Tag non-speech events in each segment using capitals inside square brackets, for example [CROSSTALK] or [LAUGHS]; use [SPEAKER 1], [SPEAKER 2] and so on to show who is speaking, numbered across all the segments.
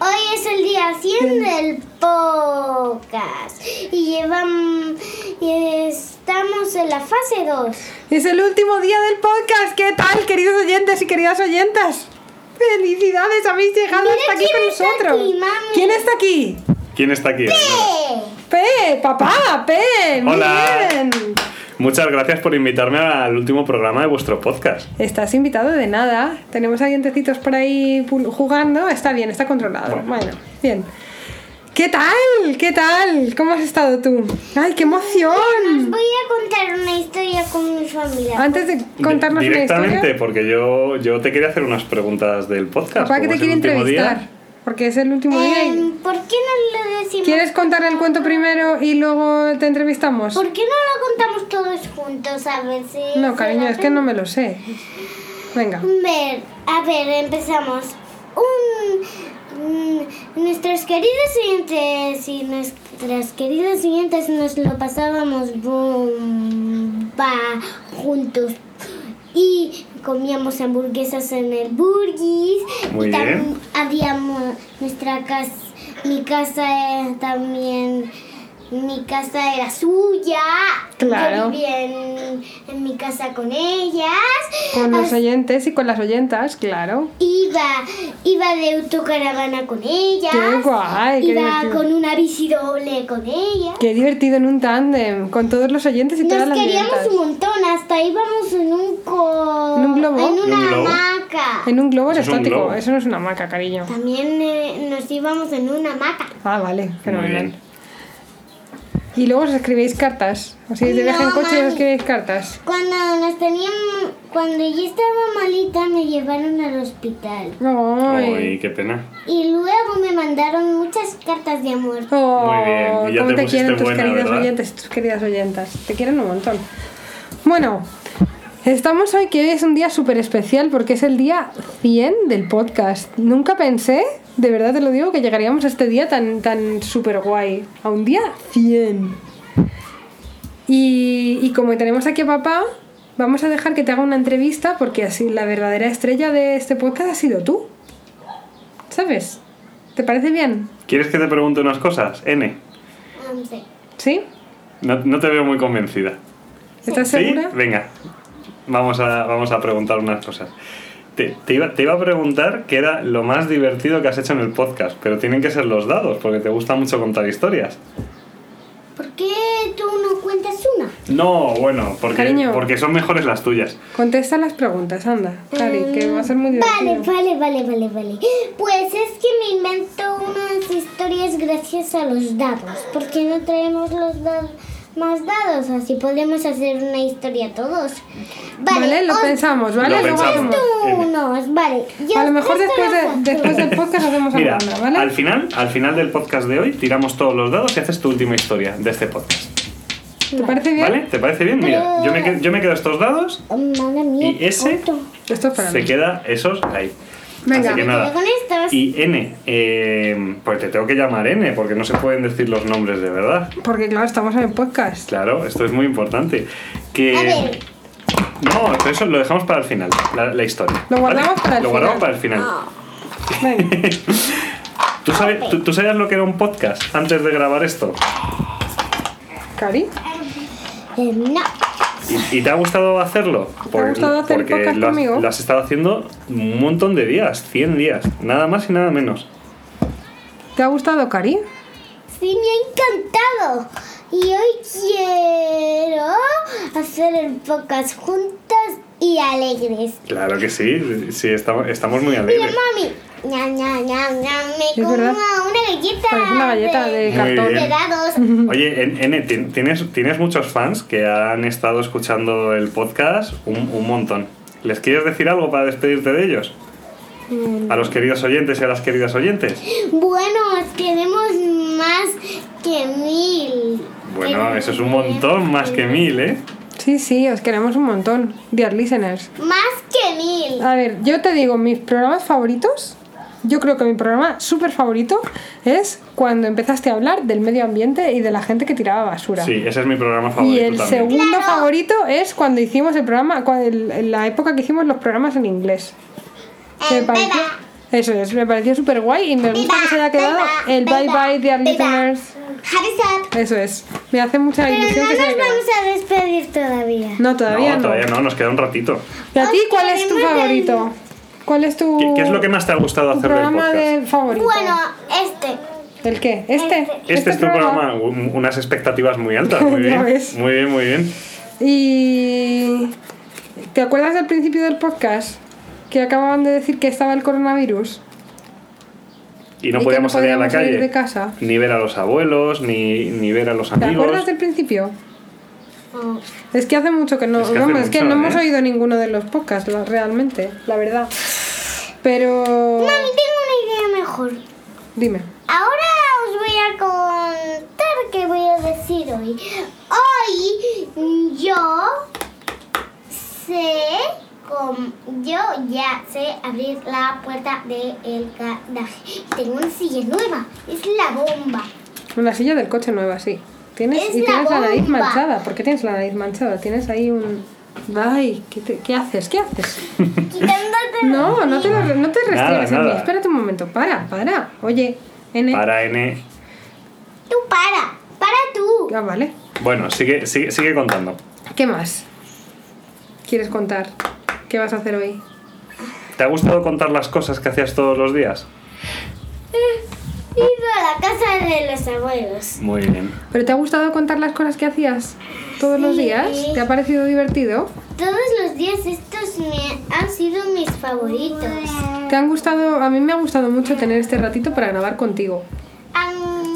[SPEAKER 1] Hoy es el día 100 del podcast y llevamos y estamos en la fase 2.
[SPEAKER 2] Es el último día del podcast. ¿Qué tal, queridos oyentes y queridas oyentas? ¡Felicidades! Habéis llegado
[SPEAKER 1] Mira
[SPEAKER 2] hasta aquí
[SPEAKER 1] quién
[SPEAKER 2] con
[SPEAKER 1] está
[SPEAKER 2] nosotros.
[SPEAKER 1] aquí, mami.
[SPEAKER 2] ¿Quién está aquí?
[SPEAKER 3] ¿Quién está aquí?
[SPEAKER 1] ¡Eh!
[SPEAKER 2] ¡Pe! ¡Papá! ¡Pe! ¡Muy
[SPEAKER 3] Hola.
[SPEAKER 2] bien!
[SPEAKER 3] Muchas gracias por invitarme al último programa de vuestro podcast.
[SPEAKER 2] Estás invitado de nada. Tenemos a dientecitos por ahí pul- jugando. Está bien, está controlado. Bueno, bien. ¿Qué tal? ¿Qué tal? ¿Cómo has estado tú? ¡Ay, qué
[SPEAKER 1] Os
[SPEAKER 2] emoción!
[SPEAKER 1] voy a contar una historia con mi familia.
[SPEAKER 2] Antes de contarnos
[SPEAKER 3] Di-
[SPEAKER 2] una
[SPEAKER 3] Directamente,
[SPEAKER 2] historia,
[SPEAKER 3] porque yo, yo te quería hacer unas preguntas del podcast.
[SPEAKER 2] papá que
[SPEAKER 3] como
[SPEAKER 2] te
[SPEAKER 3] es el
[SPEAKER 2] quiere
[SPEAKER 3] último día.
[SPEAKER 2] entrevistar. Porque es el último día y...
[SPEAKER 1] Em, ¿Por qué no lo decimos?
[SPEAKER 2] ¿Quieres contar el cuento primero y luego te entrevistamos?
[SPEAKER 1] ¿Por qué no lo contamos todos juntos a veces?
[SPEAKER 2] No, cariño, es que no me lo sé. Venga.
[SPEAKER 1] Ver, a ver, empezamos. Un, mm, nuestros queridos oyentes y nuestras queridas oyentes nos lo pasábamos bomba juntos. Y comíamos hamburguesas en el Burgis.
[SPEAKER 3] Muy
[SPEAKER 1] y tam-
[SPEAKER 3] bien.
[SPEAKER 1] Habíamos nuestra casa, mi casa eh, también, mi casa era suya.
[SPEAKER 2] Claro.
[SPEAKER 1] Yo vivía en, en mi casa con ellas.
[SPEAKER 2] Con los oyentes y con las oyentas, claro.
[SPEAKER 1] Iba, iba de autocaravana con ellas.
[SPEAKER 2] Qué guay, qué
[SPEAKER 1] iba
[SPEAKER 2] divertido.
[SPEAKER 1] con una bici doble con ellas.
[SPEAKER 2] Qué divertido en un tándem, con todos los oyentes y todas
[SPEAKER 1] Nos
[SPEAKER 2] las
[SPEAKER 1] queríamos
[SPEAKER 2] oyentas.
[SPEAKER 1] un montón, hasta íbamos en un co...
[SPEAKER 2] ¿En un globo?
[SPEAKER 1] en una
[SPEAKER 3] ¿En un globo?
[SPEAKER 1] hamaca.
[SPEAKER 2] En un globo
[SPEAKER 3] Eso es un
[SPEAKER 2] aerostático,
[SPEAKER 3] globo.
[SPEAKER 2] eso no es una hamaca, cariño.
[SPEAKER 1] También eh, nos íbamos en una hamaca.
[SPEAKER 2] Ah, vale, fenomenal.
[SPEAKER 3] bien.
[SPEAKER 2] Y luego os escribéis cartas. Os iréis de viaje en
[SPEAKER 1] No,
[SPEAKER 2] coche y os
[SPEAKER 1] mami.
[SPEAKER 2] escribéis cartas.
[SPEAKER 1] Cuando nos tenían, cuando yo estaba malita me llevaron al hospital
[SPEAKER 2] Ay.
[SPEAKER 3] Uy, qué pena.
[SPEAKER 1] y luego me mandaron muchas cartas de amor.
[SPEAKER 2] Oh,
[SPEAKER 3] Muy bien, y ya
[SPEAKER 2] cómo
[SPEAKER 3] te
[SPEAKER 2] te,
[SPEAKER 3] pusiste
[SPEAKER 2] quieren tus
[SPEAKER 3] buena,
[SPEAKER 2] queridos
[SPEAKER 3] ¿verdad?
[SPEAKER 2] oyentes y tus queridas oyentas. Te quieren un montón. Bueno, estamos hoy que es un día súper especial porque es el día 100 del podcast. Nunca pensé, de verdad te lo digo, que llegaríamos a este día tan, tan súper guay. A un día 100. Y, y como tenemos aquí a papá, vamos a dejar que te haga una entrevista porque así la verdadera estrella de este podcast ha sido tú. ¿Sabes? ¿Te parece bien?
[SPEAKER 3] ¿Quieres que te pregunte unas cosas? N.
[SPEAKER 1] No sé.
[SPEAKER 2] ¿Sí?
[SPEAKER 3] No, no te veo muy convencida.
[SPEAKER 2] ¿Estás
[SPEAKER 3] ¿Sí?
[SPEAKER 2] segura?
[SPEAKER 3] Venga. Vamos a, vamos a preguntar unas cosas. Te, te iba, te iba a preguntar qué era lo más divertido que has hecho en el podcast, pero tienen que ser los dados, porque te gusta mucho contar historias.
[SPEAKER 1] ¿Por qué tú no cuentas una?
[SPEAKER 3] No, bueno, porque,
[SPEAKER 2] Cariño.
[SPEAKER 3] porque son mejores las tuyas.
[SPEAKER 2] Contesta las preguntas, anda. Cari, que va a ser muy
[SPEAKER 1] Vale, pues,
[SPEAKER 2] divertido.
[SPEAKER 1] vale, vale, vale, vale. Pues es que me invento unas historias gracias a los dados. ¿Por qué no traemos los dados? Más dados, así podemos hacer una historia todos.
[SPEAKER 2] Vale, lo
[SPEAKER 1] os-
[SPEAKER 2] pensamos, ¿vale?
[SPEAKER 3] Lo
[SPEAKER 2] Luego
[SPEAKER 3] pensamos.
[SPEAKER 2] hacemos.
[SPEAKER 1] tú unos, vale. Yo
[SPEAKER 2] A lo mejor
[SPEAKER 1] esto
[SPEAKER 2] después,
[SPEAKER 1] lo
[SPEAKER 2] de,
[SPEAKER 1] saco.
[SPEAKER 2] después del podcast hacemos
[SPEAKER 3] Mira,
[SPEAKER 2] una ronda, ¿vale?
[SPEAKER 3] al final, al final del podcast de hoy tiramos todos los dados y haces tu última historia de este podcast.
[SPEAKER 2] ¿Te parece bien?
[SPEAKER 3] ¿Vale? ¿Te parece bien? Mira, yo
[SPEAKER 2] Eh.
[SPEAKER 3] me, que- yo me quedo estos dados,
[SPEAKER 1] Oh, madre mía,
[SPEAKER 3] ¿Y ese?
[SPEAKER 1] otro.
[SPEAKER 2] Esto es para
[SPEAKER 3] se
[SPEAKER 2] mí.
[SPEAKER 3] queda esos ahí.
[SPEAKER 2] Venga.
[SPEAKER 3] Así que
[SPEAKER 2] Me
[SPEAKER 3] nada.
[SPEAKER 1] quedo con estos.
[SPEAKER 3] Y N, eh, pues te tengo que llamar N, porque no se pueden decir los nombres de verdad.
[SPEAKER 2] Porque claro, estamos en el podcast.
[SPEAKER 3] Claro, esto es muy importante. Que...
[SPEAKER 1] A ver.
[SPEAKER 3] No, pero eso lo dejamos para el final, la, la historia.
[SPEAKER 2] Lo guardamos para el
[SPEAKER 3] Lo guardamos
[SPEAKER 2] final.
[SPEAKER 3] para
[SPEAKER 1] Ah.
[SPEAKER 3] el final.
[SPEAKER 2] Venga.
[SPEAKER 3] ¿Tú, sabes, tú- tú sabías lo que era un podcast antes de grabar esto?
[SPEAKER 2] Cari,
[SPEAKER 1] Eh, no.
[SPEAKER 3] ¿Y, y te ha gustado hacerlo? Por-
[SPEAKER 2] gustado hacer
[SPEAKER 3] porque
[SPEAKER 2] podcast
[SPEAKER 3] lo has,
[SPEAKER 2] conmigo?
[SPEAKER 3] lo has estado haciendo un montón de días, 100 días, nada más y nada menos.
[SPEAKER 2] ¿te ha gustado, Cari?
[SPEAKER 1] Sí, me ha encantado. Y hoy quiero hacer el podcast juntas y alegres.
[SPEAKER 3] Claro que sí, sí, estamos, estamos muy
[SPEAKER 1] Mira,
[SPEAKER 3] alegres.
[SPEAKER 1] mami. Ña, ña, ña, ña, me
[SPEAKER 2] Es
[SPEAKER 1] como
[SPEAKER 2] verdad.
[SPEAKER 1] una galleta.
[SPEAKER 2] Parece una galleta de
[SPEAKER 3] Muy
[SPEAKER 2] cartón.
[SPEAKER 1] de
[SPEAKER 3] bien.
[SPEAKER 1] dados.
[SPEAKER 3] Oye, en- N, ti- tienes, tienes muchos fans que han estado escuchando el podcast un, un montón. ¿Les quieres decir algo para despedirte de ellos? A los queridos oyentes y a las queridas oyentes.
[SPEAKER 1] Bueno, os queremos más que mil.
[SPEAKER 3] Bueno,
[SPEAKER 1] Queremos-
[SPEAKER 3] eso es un montón, más que mil, ¿eh?
[SPEAKER 2] Sí, sí, os queremos un montón. Dear listeners.
[SPEAKER 1] Más que mil.
[SPEAKER 2] A ver, yo te digo, mis programas favoritos, yo creo que mi programa súper favorito es cuando empezaste a hablar del medio ambiente y de la gente que tiraba basura.
[SPEAKER 3] Sí, ese es mi programa
[SPEAKER 2] Y
[SPEAKER 3] favorito
[SPEAKER 2] el
[SPEAKER 3] también.
[SPEAKER 2] segundo
[SPEAKER 1] Claro.
[SPEAKER 2] favorito es cuando hicimos el programa, cuando el- en la época que hicimos los programas en inglés.
[SPEAKER 1] En
[SPEAKER 2] pareció-
[SPEAKER 1] Peda.
[SPEAKER 2] Eso es, me pareció súper guay y me gusta que se haya quedado el bye bye, dear listeners.
[SPEAKER 1] Hands up.
[SPEAKER 2] Eso es. Me hace mucha
[SPEAKER 1] Pero
[SPEAKER 2] ilusión
[SPEAKER 1] no
[SPEAKER 2] que
[SPEAKER 1] nos
[SPEAKER 2] se haya quedado.
[SPEAKER 1] vamos a despedir todavía.
[SPEAKER 2] No, todavía no.
[SPEAKER 3] todavía no, nos queda un ratito.
[SPEAKER 2] ¿Y a ti
[SPEAKER 1] Os
[SPEAKER 2] cuál es tu
[SPEAKER 1] queremos
[SPEAKER 2] favorito? ¿Cuál es tu,
[SPEAKER 3] ¿Qué, qué es lo que más te ha gustado
[SPEAKER 2] tu
[SPEAKER 3] hacer del
[SPEAKER 2] programa
[SPEAKER 3] podcast?
[SPEAKER 2] de favorito?
[SPEAKER 1] Bueno, este.
[SPEAKER 2] ¿El qué? ¿Este?
[SPEAKER 1] Este.
[SPEAKER 3] Este, es tu programa, un- unas expectativas
[SPEAKER 2] [LAUGHS]
[SPEAKER 3] muy altas, muy
[SPEAKER 2] Ya
[SPEAKER 3] bien.
[SPEAKER 2] ves.
[SPEAKER 3] Muy bien, muy bien.
[SPEAKER 2] Y... ¿Te acuerdas al principio del podcast que acababan de decir que estaba el coronavirus?
[SPEAKER 3] Y no
[SPEAKER 2] que
[SPEAKER 3] podíamos salir a la
[SPEAKER 2] podíamos
[SPEAKER 3] calle.
[SPEAKER 2] de casa.
[SPEAKER 3] Ni ver a los abuelos, ni, ni ver a los
[SPEAKER 2] ¿Te
[SPEAKER 3] amigos.
[SPEAKER 2] acuerdas del principio? Es que hace mucho que no,
[SPEAKER 3] Es que
[SPEAKER 2] no,
[SPEAKER 3] hace
[SPEAKER 2] es que
[SPEAKER 3] mucho,
[SPEAKER 2] no
[SPEAKER 3] ¿eh?
[SPEAKER 2] hemos oído ninguno de los podcasts, la- realmente, la verdad. Pero...
[SPEAKER 1] Mami, tengo una idea mejor.
[SPEAKER 2] Dime.
[SPEAKER 1] Ahora os voy a contar qué voy a decir hoy. Hoy mm, yo sé com- yo ya sé abrir la puerta del garaje. Tengo una silla nueva, es la bomba.
[SPEAKER 2] Una silla del coche nueva, sí. Tienes,
[SPEAKER 1] Es
[SPEAKER 2] y
[SPEAKER 1] la
[SPEAKER 2] tienes la nariz
[SPEAKER 1] bomba.
[SPEAKER 2] manchada. ¿Por qué tienes la nariz manchada? Tienes ahí un... Ay, ¿qué, te- qué haces? ¿Qué haces?
[SPEAKER 1] Quitándote
[SPEAKER 2] [LAUGHS] No, no te, lo, no te
[SPEAKER 3] Nada,
[SPEAKER 2] restriegues en mí.
[SPEAKER 3] nada.
[SPEAKER 2] Espérate un momento. Para, para. Oye, N.
[SPEAKER 3] Para N.
[SPEAKER 1] Tú para, para tú.
[SPEAKER 2] Ah, vale.
[SPEAKER 3] Bueno, sigue, sigue, sigue contando.
[SPEAKER 2] ¿Qué más? ¿Quieres contar? ¿Qué vas a hacer hoy?
[SPEAKER 3] ¿Te ha gustado contar las cosas que hacías todos los días?
[SPEAKER 1] He ido a la casa de los abuelos.
[SPEAKER 3] Muy bien.
[SPEAKER 2] ¿Pero te ha gustado contar las cosas que hacías todos los
[SPEAKER 1] Sí.
[SPEAKER 2] días? ¿Te ha parecido divertido?
[SPEAKER 1] Todos los días estos me han sido mis favoritos.
[SPEAKER 2] ¿Te han gustado? A mí me ha gustado mucho tener este ratito para grabar contigo.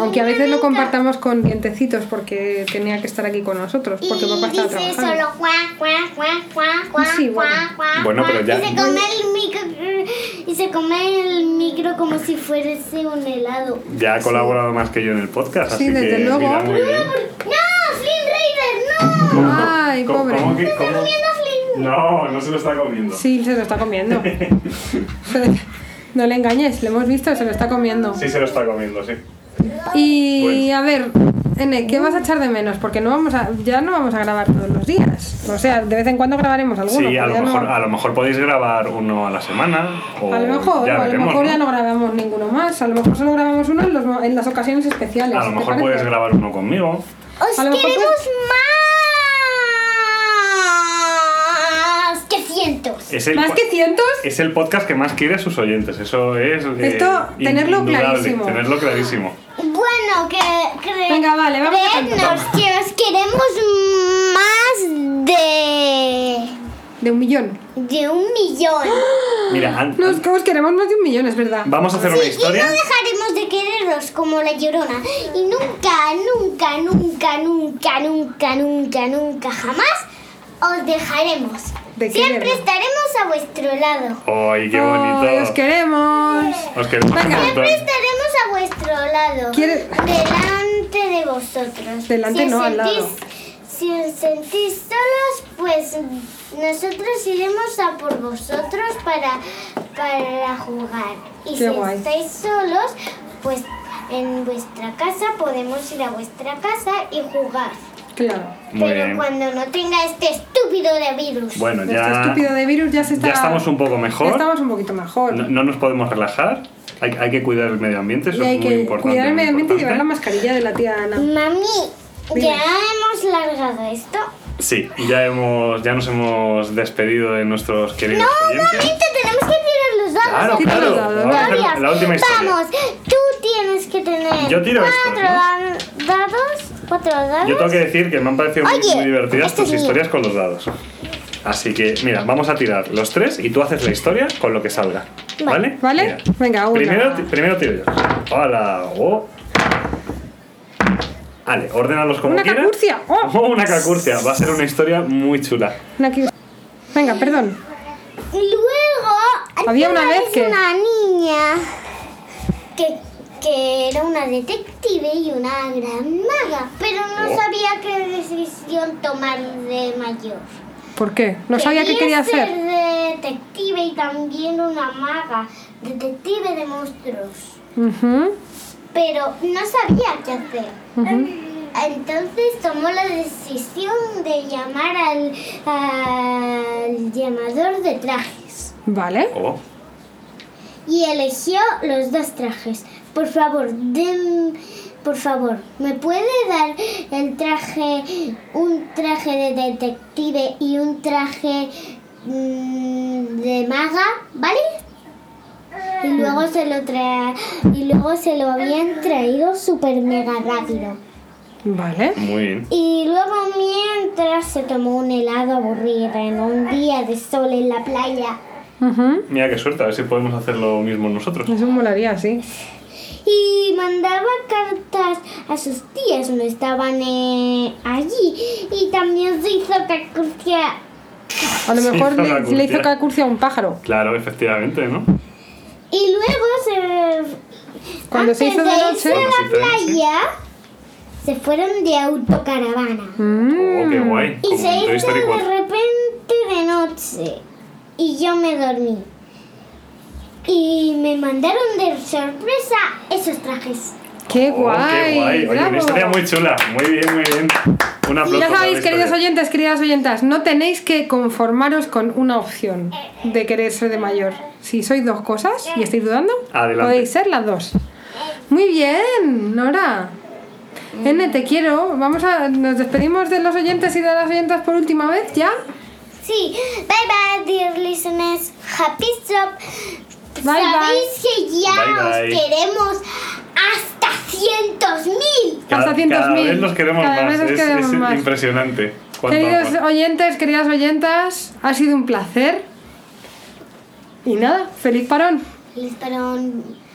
[SPEAKER 2] Aunque a veces lo
[SPEAKER 1] compartamos
[SPEAKER 2] compartamos con dientecitos porque tenía que estar aquí con nosotros, porque papá
[SPEAKER 1] y
[SPEAKER 2] estaba
[SPEAKER 1] dice
[SPEAKER 2] trabajando.
[SPEAKER 1] solo cuá, cuá, cuá, cuá, cuá,
[SPEAKER 2] Sí, bueno.
[SPEAKER 1] cuá, cuá,
[SPEAKER 3] Bueno,
[SPEAKER 1] cuá,
[SPEAKER 3] pero ya-
[SPEAKER 1] Y se come el micro, y se come el micro como si fuese un helado.
[SPEAKER 3] Ya ha colaborado más que yo en el podcast,
[SPEAKER 2] Sí,
[SPEAKER 3] así
[SPEAKER 2] desde
[SPEAKER 3] que
[SPEAKER 2] luego.
[SPEAKER 3] mira, muy bien.
[SPEAKER 1] ¡No, Flynn Rider, no!
[SPEAKER 2] Ay,
[SPEAKER 3] ¿Cómo-
[SPEAKER 2] pobre.
[SPEAKER 3] cómo que- cómo?
[SPEAKER 1] ¡Comiendo Flynn!
[SPEAKER 3] No, no se lo está comiendo.
[SPEAKER 2] Sí, se lo está
[SPEAKER 3] [LAUGHS]
[SPEAKER 2] comiendo. no le engañes, le hemos visto, se lo está comiendo.
[SPEAKER 3] Sí Pues. se lo está comiendo, sí.
[SPEAKER 2] Y
[SPEAKER 3] Bueno.
[SPEAKER 2] a ver, Ene, ¿qué vas a echar de menos? Porque no vamos a, ya no vamos a grabar todos los días. O sea, de vez en cuando grabaremos alguno.
[SPEAKER 3] sí, a
[SPEAKER 2] pero
[SPEAKER 3] lo,
[SPEAKER 2] ya no-
[SPEAKER 3] mejor, a lo mejor podéis grabar uno a la semana. O
[SPEAKER 2] a lo mejor,
[SPEAKER 3] ya
[SPEAKER 2] o a lo
[SPEAKER 3] veremos,
[SPEAKER 2] mejor ya
[SPEAKER 3] ¿no?
[SPEAKER 2] no grabamos ninguno más. A lo mejor solo grabamos uno en, los mo- en las ocasiones especiales.
[SPEAKER 3] A lo
[SPEAKER 2] ¿te
[SPEAKER 3] mejor
[SPEAKER 2] parece?
[SPEAKER 3] puedes grabar uno conmigo.
[SPEAKER 1] ¡Os
[SPEAKER 2] A lo mejor
[SPEAKER 1] queremos más! ¡Que cientos!
[SPEAKER 3] Es el,
[SPEAKER 2] Más
[SPEAKER 3] po-
[SPEAKER 2] que cientos.
[SPEAKER 3] es el podcast que más quiere a sus oyentes. Eso es. eh,
[SPEAKER 2] Esto,
[SPEAKER 3] in-
[SPEAKER 2] tenerlo
[SPEAKER 3] indudable,
[SPEAKER 2] clarísimo.
[SPEAKER 3] Tenerlo clarísimo.
[SPEAKER 1] Bueno, que cre-
[SPEAKER 2] Venga, vale, vamos a
[SPEAKER 1] creednos que os queremos más de...
[SPEAKER 2] De un millón.
[SPEAKER 1] De un millón.
[SPEAKER 3] Mira, an-
[SPEAKER 2] Nos, os queremos más de un millón, es verdad.
[SPEAKER 3] vamos a hacer una
[SPEAKER 1] Sí, y no
[SPEAKER 3] historia.
[SPEAKER 1] dejaremos de quererlos como la llorona. Y nunca, nunca, nunca, nunca, nunca, nunca, nunca, jamás os dejaremos.
[SPEAKER 2] De
[SPEAKER 1] Siempre
[SPEAKER 2] quererlos.
[SPEAKER 1] estaremos a vuestro lado.
[SPEAKER 3] ¡Ay, qué
[SPEAKER 2] Ay, os
[SPEAKER 3] bonito!
[SPEAKER 2] queremos.
[SPEAKER 3] Os queremos un
[SPEAKER 2] Venga.
[SPEAKER 3] montón.
[SPEAKER 1] Siempre estaremos a vuestro lado.
[SPEAKER 2] ¿Quiere-
[SPEAKER 1] Delante de vosotros.
[SPEAKER 2] Delante
[SPEAKER 1] Si os
[SPEAKER 2] no, al lado.
[SPEAKER 1] sentís- Si os sentís solos, pues nosotros iremos a por vosotros para, para jugar. Y
[SPEAKER 2] Qué
[SPEAKER 1] si
[SPEAKER 2] guay.
[SPEAKER 1] estáis solos, pues en vuestra casa podemos ir a vuestra casa y jugar.
[SPEAKER 2] Claro.
[SPEAKER 3] Muy
[SPEAKER 1] Pero
[SPEAKER 3] bien.
[SPEAKER 1] cuando no tenga este estúpido de virus.
[SPEAKER 3] Bueno,
[SPEAKER 2] Nuestro
[SPEAKER 3] ya,
[SPEAKER 2] estúpido de virus ya se está.
[SPEAKER 3] ya estamos un poco mejor.
[SPEAKER 2] ya estamos un poquito mejor.
[SPEAKER 3] No, no nos podemos relajar. Hay, hay que cuidar el medio ambiente, eso
[SPEAKER 2] y hay
[SPEAKER 3] es muy
[SPEAKER 2] que
[SPEAKER 3] importante.
[SPEAKER 2] cuidar el
[SPEAKER 3] muy
[SPEAKER 2] medio ambiente y llevar la
[SPEAKER 3] importante.
[SPEAKER 2] mascarilla de la tía Ana.
[SPEAKER 1] Mami,
[SPEAKER 2] Dime.
[SPEAKER 1] ya hemos largado esto.
[SPEAKER 3] Sí, ya, hemos, ya nos hemos despedido de nuestros queridos
[SPEAKER 1] No, un
[SPEAKER 3] oyentes.
[SPEAKER 1] momento, tenemos que tirar los dados.
[SPEAKER 3] Claro,
[SPEAKER 2] Tira
[SPEAKER 3] claro.
[SPEAKER 2] los dados,
[SPEAKER 3] Vamos
[SPEAKER 2] dale.
[SPEAKER 3] a hacer
[SPEAKER 1] Historias.
[SPEAKER 3] la última historia.
[SPEAKER 1] Vamos, tú tienes que tener
[SPEAKER 3] Yo tiro estos,
[SPEAKER 1] cuatro
[SPEAKER 3] ¿no?
[SPEAKER 1] dan- dados, cuatro dados.
[SPEAKER 3] Yo tengo que decir que me han parecido muy-
[SPEAKER 1] Oye,
[SPEAKER 3] muy, divertidas
[SPEAKER 1] este
[SPEAKER 3] tus
[SPEAKER 1] es mío.
[SPEAKER 3] historias con los dados. Así que, mira, vamos a tirar los tres y tú haces la historia con lo que salga. ¿Vale?
[SPEAKER 2] ¿Vale?
[SPEAKER 3] Mira.
[SPEAKER 2] Venga, una.
[SPEAKER 3] Primero, ti- primero tiro yo. Hola, oh. Vale, ordénalos como
[SPEAKER 2] Una
[SPEAKER 3] quieras.
[SPEAKER 2] calcurcia, oh.
[SPEAKER 3] Oh, [LAUGHS] una calcurcia. Va a ser una historia muy chula.
[SPEAKER 2] Una aquí. Venga, perdón.
[SPEAKER 1] Y luego
[SPEAKER 2] Había una vez que-
[SPEAKER 1] una niña que, que era una detective y una gran maga, pero no
[SPEAKER 3] Oh.
[SPEAKER 1] sabía qué decisión tomar de mayor.
[SPEAKER 2] ¿Por qué? No sabía qué quería
[SPEAKER 1] ser
[SPEAKER 2] hacer.
[SPEAKER 1] detective y también una maga, detective de monstruos.
[SPEAKER 2] Ujú.
[SPEAKER 1] pero no sabía qué hacer. Entonces tomó la decisión de llamar al, al llamador de trajes.
[SPEAKER 2] Vale.
[SPEAKER 3] Oh,
[SPEAKER 1] y eligió los dos trajes. Por favor, den, por favor, ¿me puede dar el traje, un traje de detective y un traje mm, de maga, ¿vale? Y luego se lo tra y luego se lo habían traído súper mega rápido.
[SPEAKER 2] Vale.
[SPEAKER 3] Muy bien.
[SPEAKER 1] Y luego mientras se tomó un helado aburrido en un día de sol en la playa.
[SPEAKER 2] Ujú.
[SPEAKER 3] Mira qué suerte, a ver si podemos hacer lo mismo nosotros.
[SPEAKER 2] Eso molaría, sí.
[SPEAKER 1] y mandaba cartas a sus tías, no estaban eh, allí. Y también se hizo cacurcia.
[SPEAKER 2] A lo
[SPEAKER 3] Sí,
[SPEAKER 2] mejor
[SPEAKER 3] hizo
[SPEAKER 2] le,
[SPEAKER 3] [LAUGHS] la
[SPEAKER 2] le hizo
[SPEAKER 3] curtia.
[SPEAKER 2] cacurcia a un pájaro.
[SPEAKER 3] Claro, efectivamente, ¿no?
[SPEAKER 1] Y luego se.
[SPEAKER 2] Cuando se hizo de
[SPEAKER 1] antes irse
[SPEAKER 2] noche-
[SPEAKER 3] Cuando se hizo
[SPEAKER 1] a
[SPEAKER 3] de
[SPEAKER 1] la
[SPEAKER 3] noche.
[SPEAKER 1] playa, se fueron de autocaravana.
[SPEAKER 2] Mm.
[SPEAKER 3] Oh, qué guay.
[SPEAKER 1] Y
[SPEAKER 3] Como
[SPEAKER 1] se
[SPEAKER 3] en Toy
[SPEAKER 1] hizo
[SPEAKER 3] Story
[SPEAKER 1] de
[SPEAKER 3] 4.
[SPEAKER 1] repente de noche. Y yo me dormí. Y me mandaron de sorpresa esos trajes.
[SPEAKER 2] ¡Qué
[SPEAKER 3] Oh,
[SPEAKER 2] guay!
[SPEAKER 3] qué guay. Oye,
[SPEAKER 2] bravo.
[SPEAKER 3] una historia muy chula. Muy bien, muy bien. Un aplauso.
[SPEAKER 2] Ya
[SPEAKER 3] para
[SPEAKER 2] sabéis,
[SPEAKER 3] la
[SPEAKER 2] queridos
[SPEAKER 3] historia.
[SPEAKER 2] oyentes, queridas oyentas, no tenéis que conformaros con una opción de querer ser de mayor. Si sois dos cosas y estáis dudando,
[SPEAKER 3] Adelante.
[SPEAKER 2] podéis ser las dos. Muy bien, Nora. N, te quiero. Vamos a, nos despedimos de los oyentes y de las oyentas por última vez, ¿ya?
[SPEAKER 1] Sí, bye bye, dear listeners. Happy shop.
[SPEAKER 2] Bye,
[SPEAKER 1] Sabéis que ya
[SPEAKER 3] Bye,
[SPEAKER 1] os
[SPEAKER 3] bye.
[SPEAKER 1] queremos hasta cientos mil.
[SPEAKER 3] Cada,
[SPEAKER 2] Hasta 100.000.
[SPEAKER 3] cada vez nos queremos
[SPEAKER 2] Cada
[SPEAKER 3] más.
[SPEAKER 2] vez nos
[SPEAKER 3] es
[SPEAKER 2] queremos
[SPEAKER 3] es
[SPEAKER 2] más.
[SPEAKER 3] impresionante. Cuánto
[SPEAKER 2] Queridos
[SPEAKER 3] amor.
[SPEAKER 2] oyentes, queridas oyentas, ha sido un placer. Y nada, feliz parón.
[SPEAKER 1] Les parón.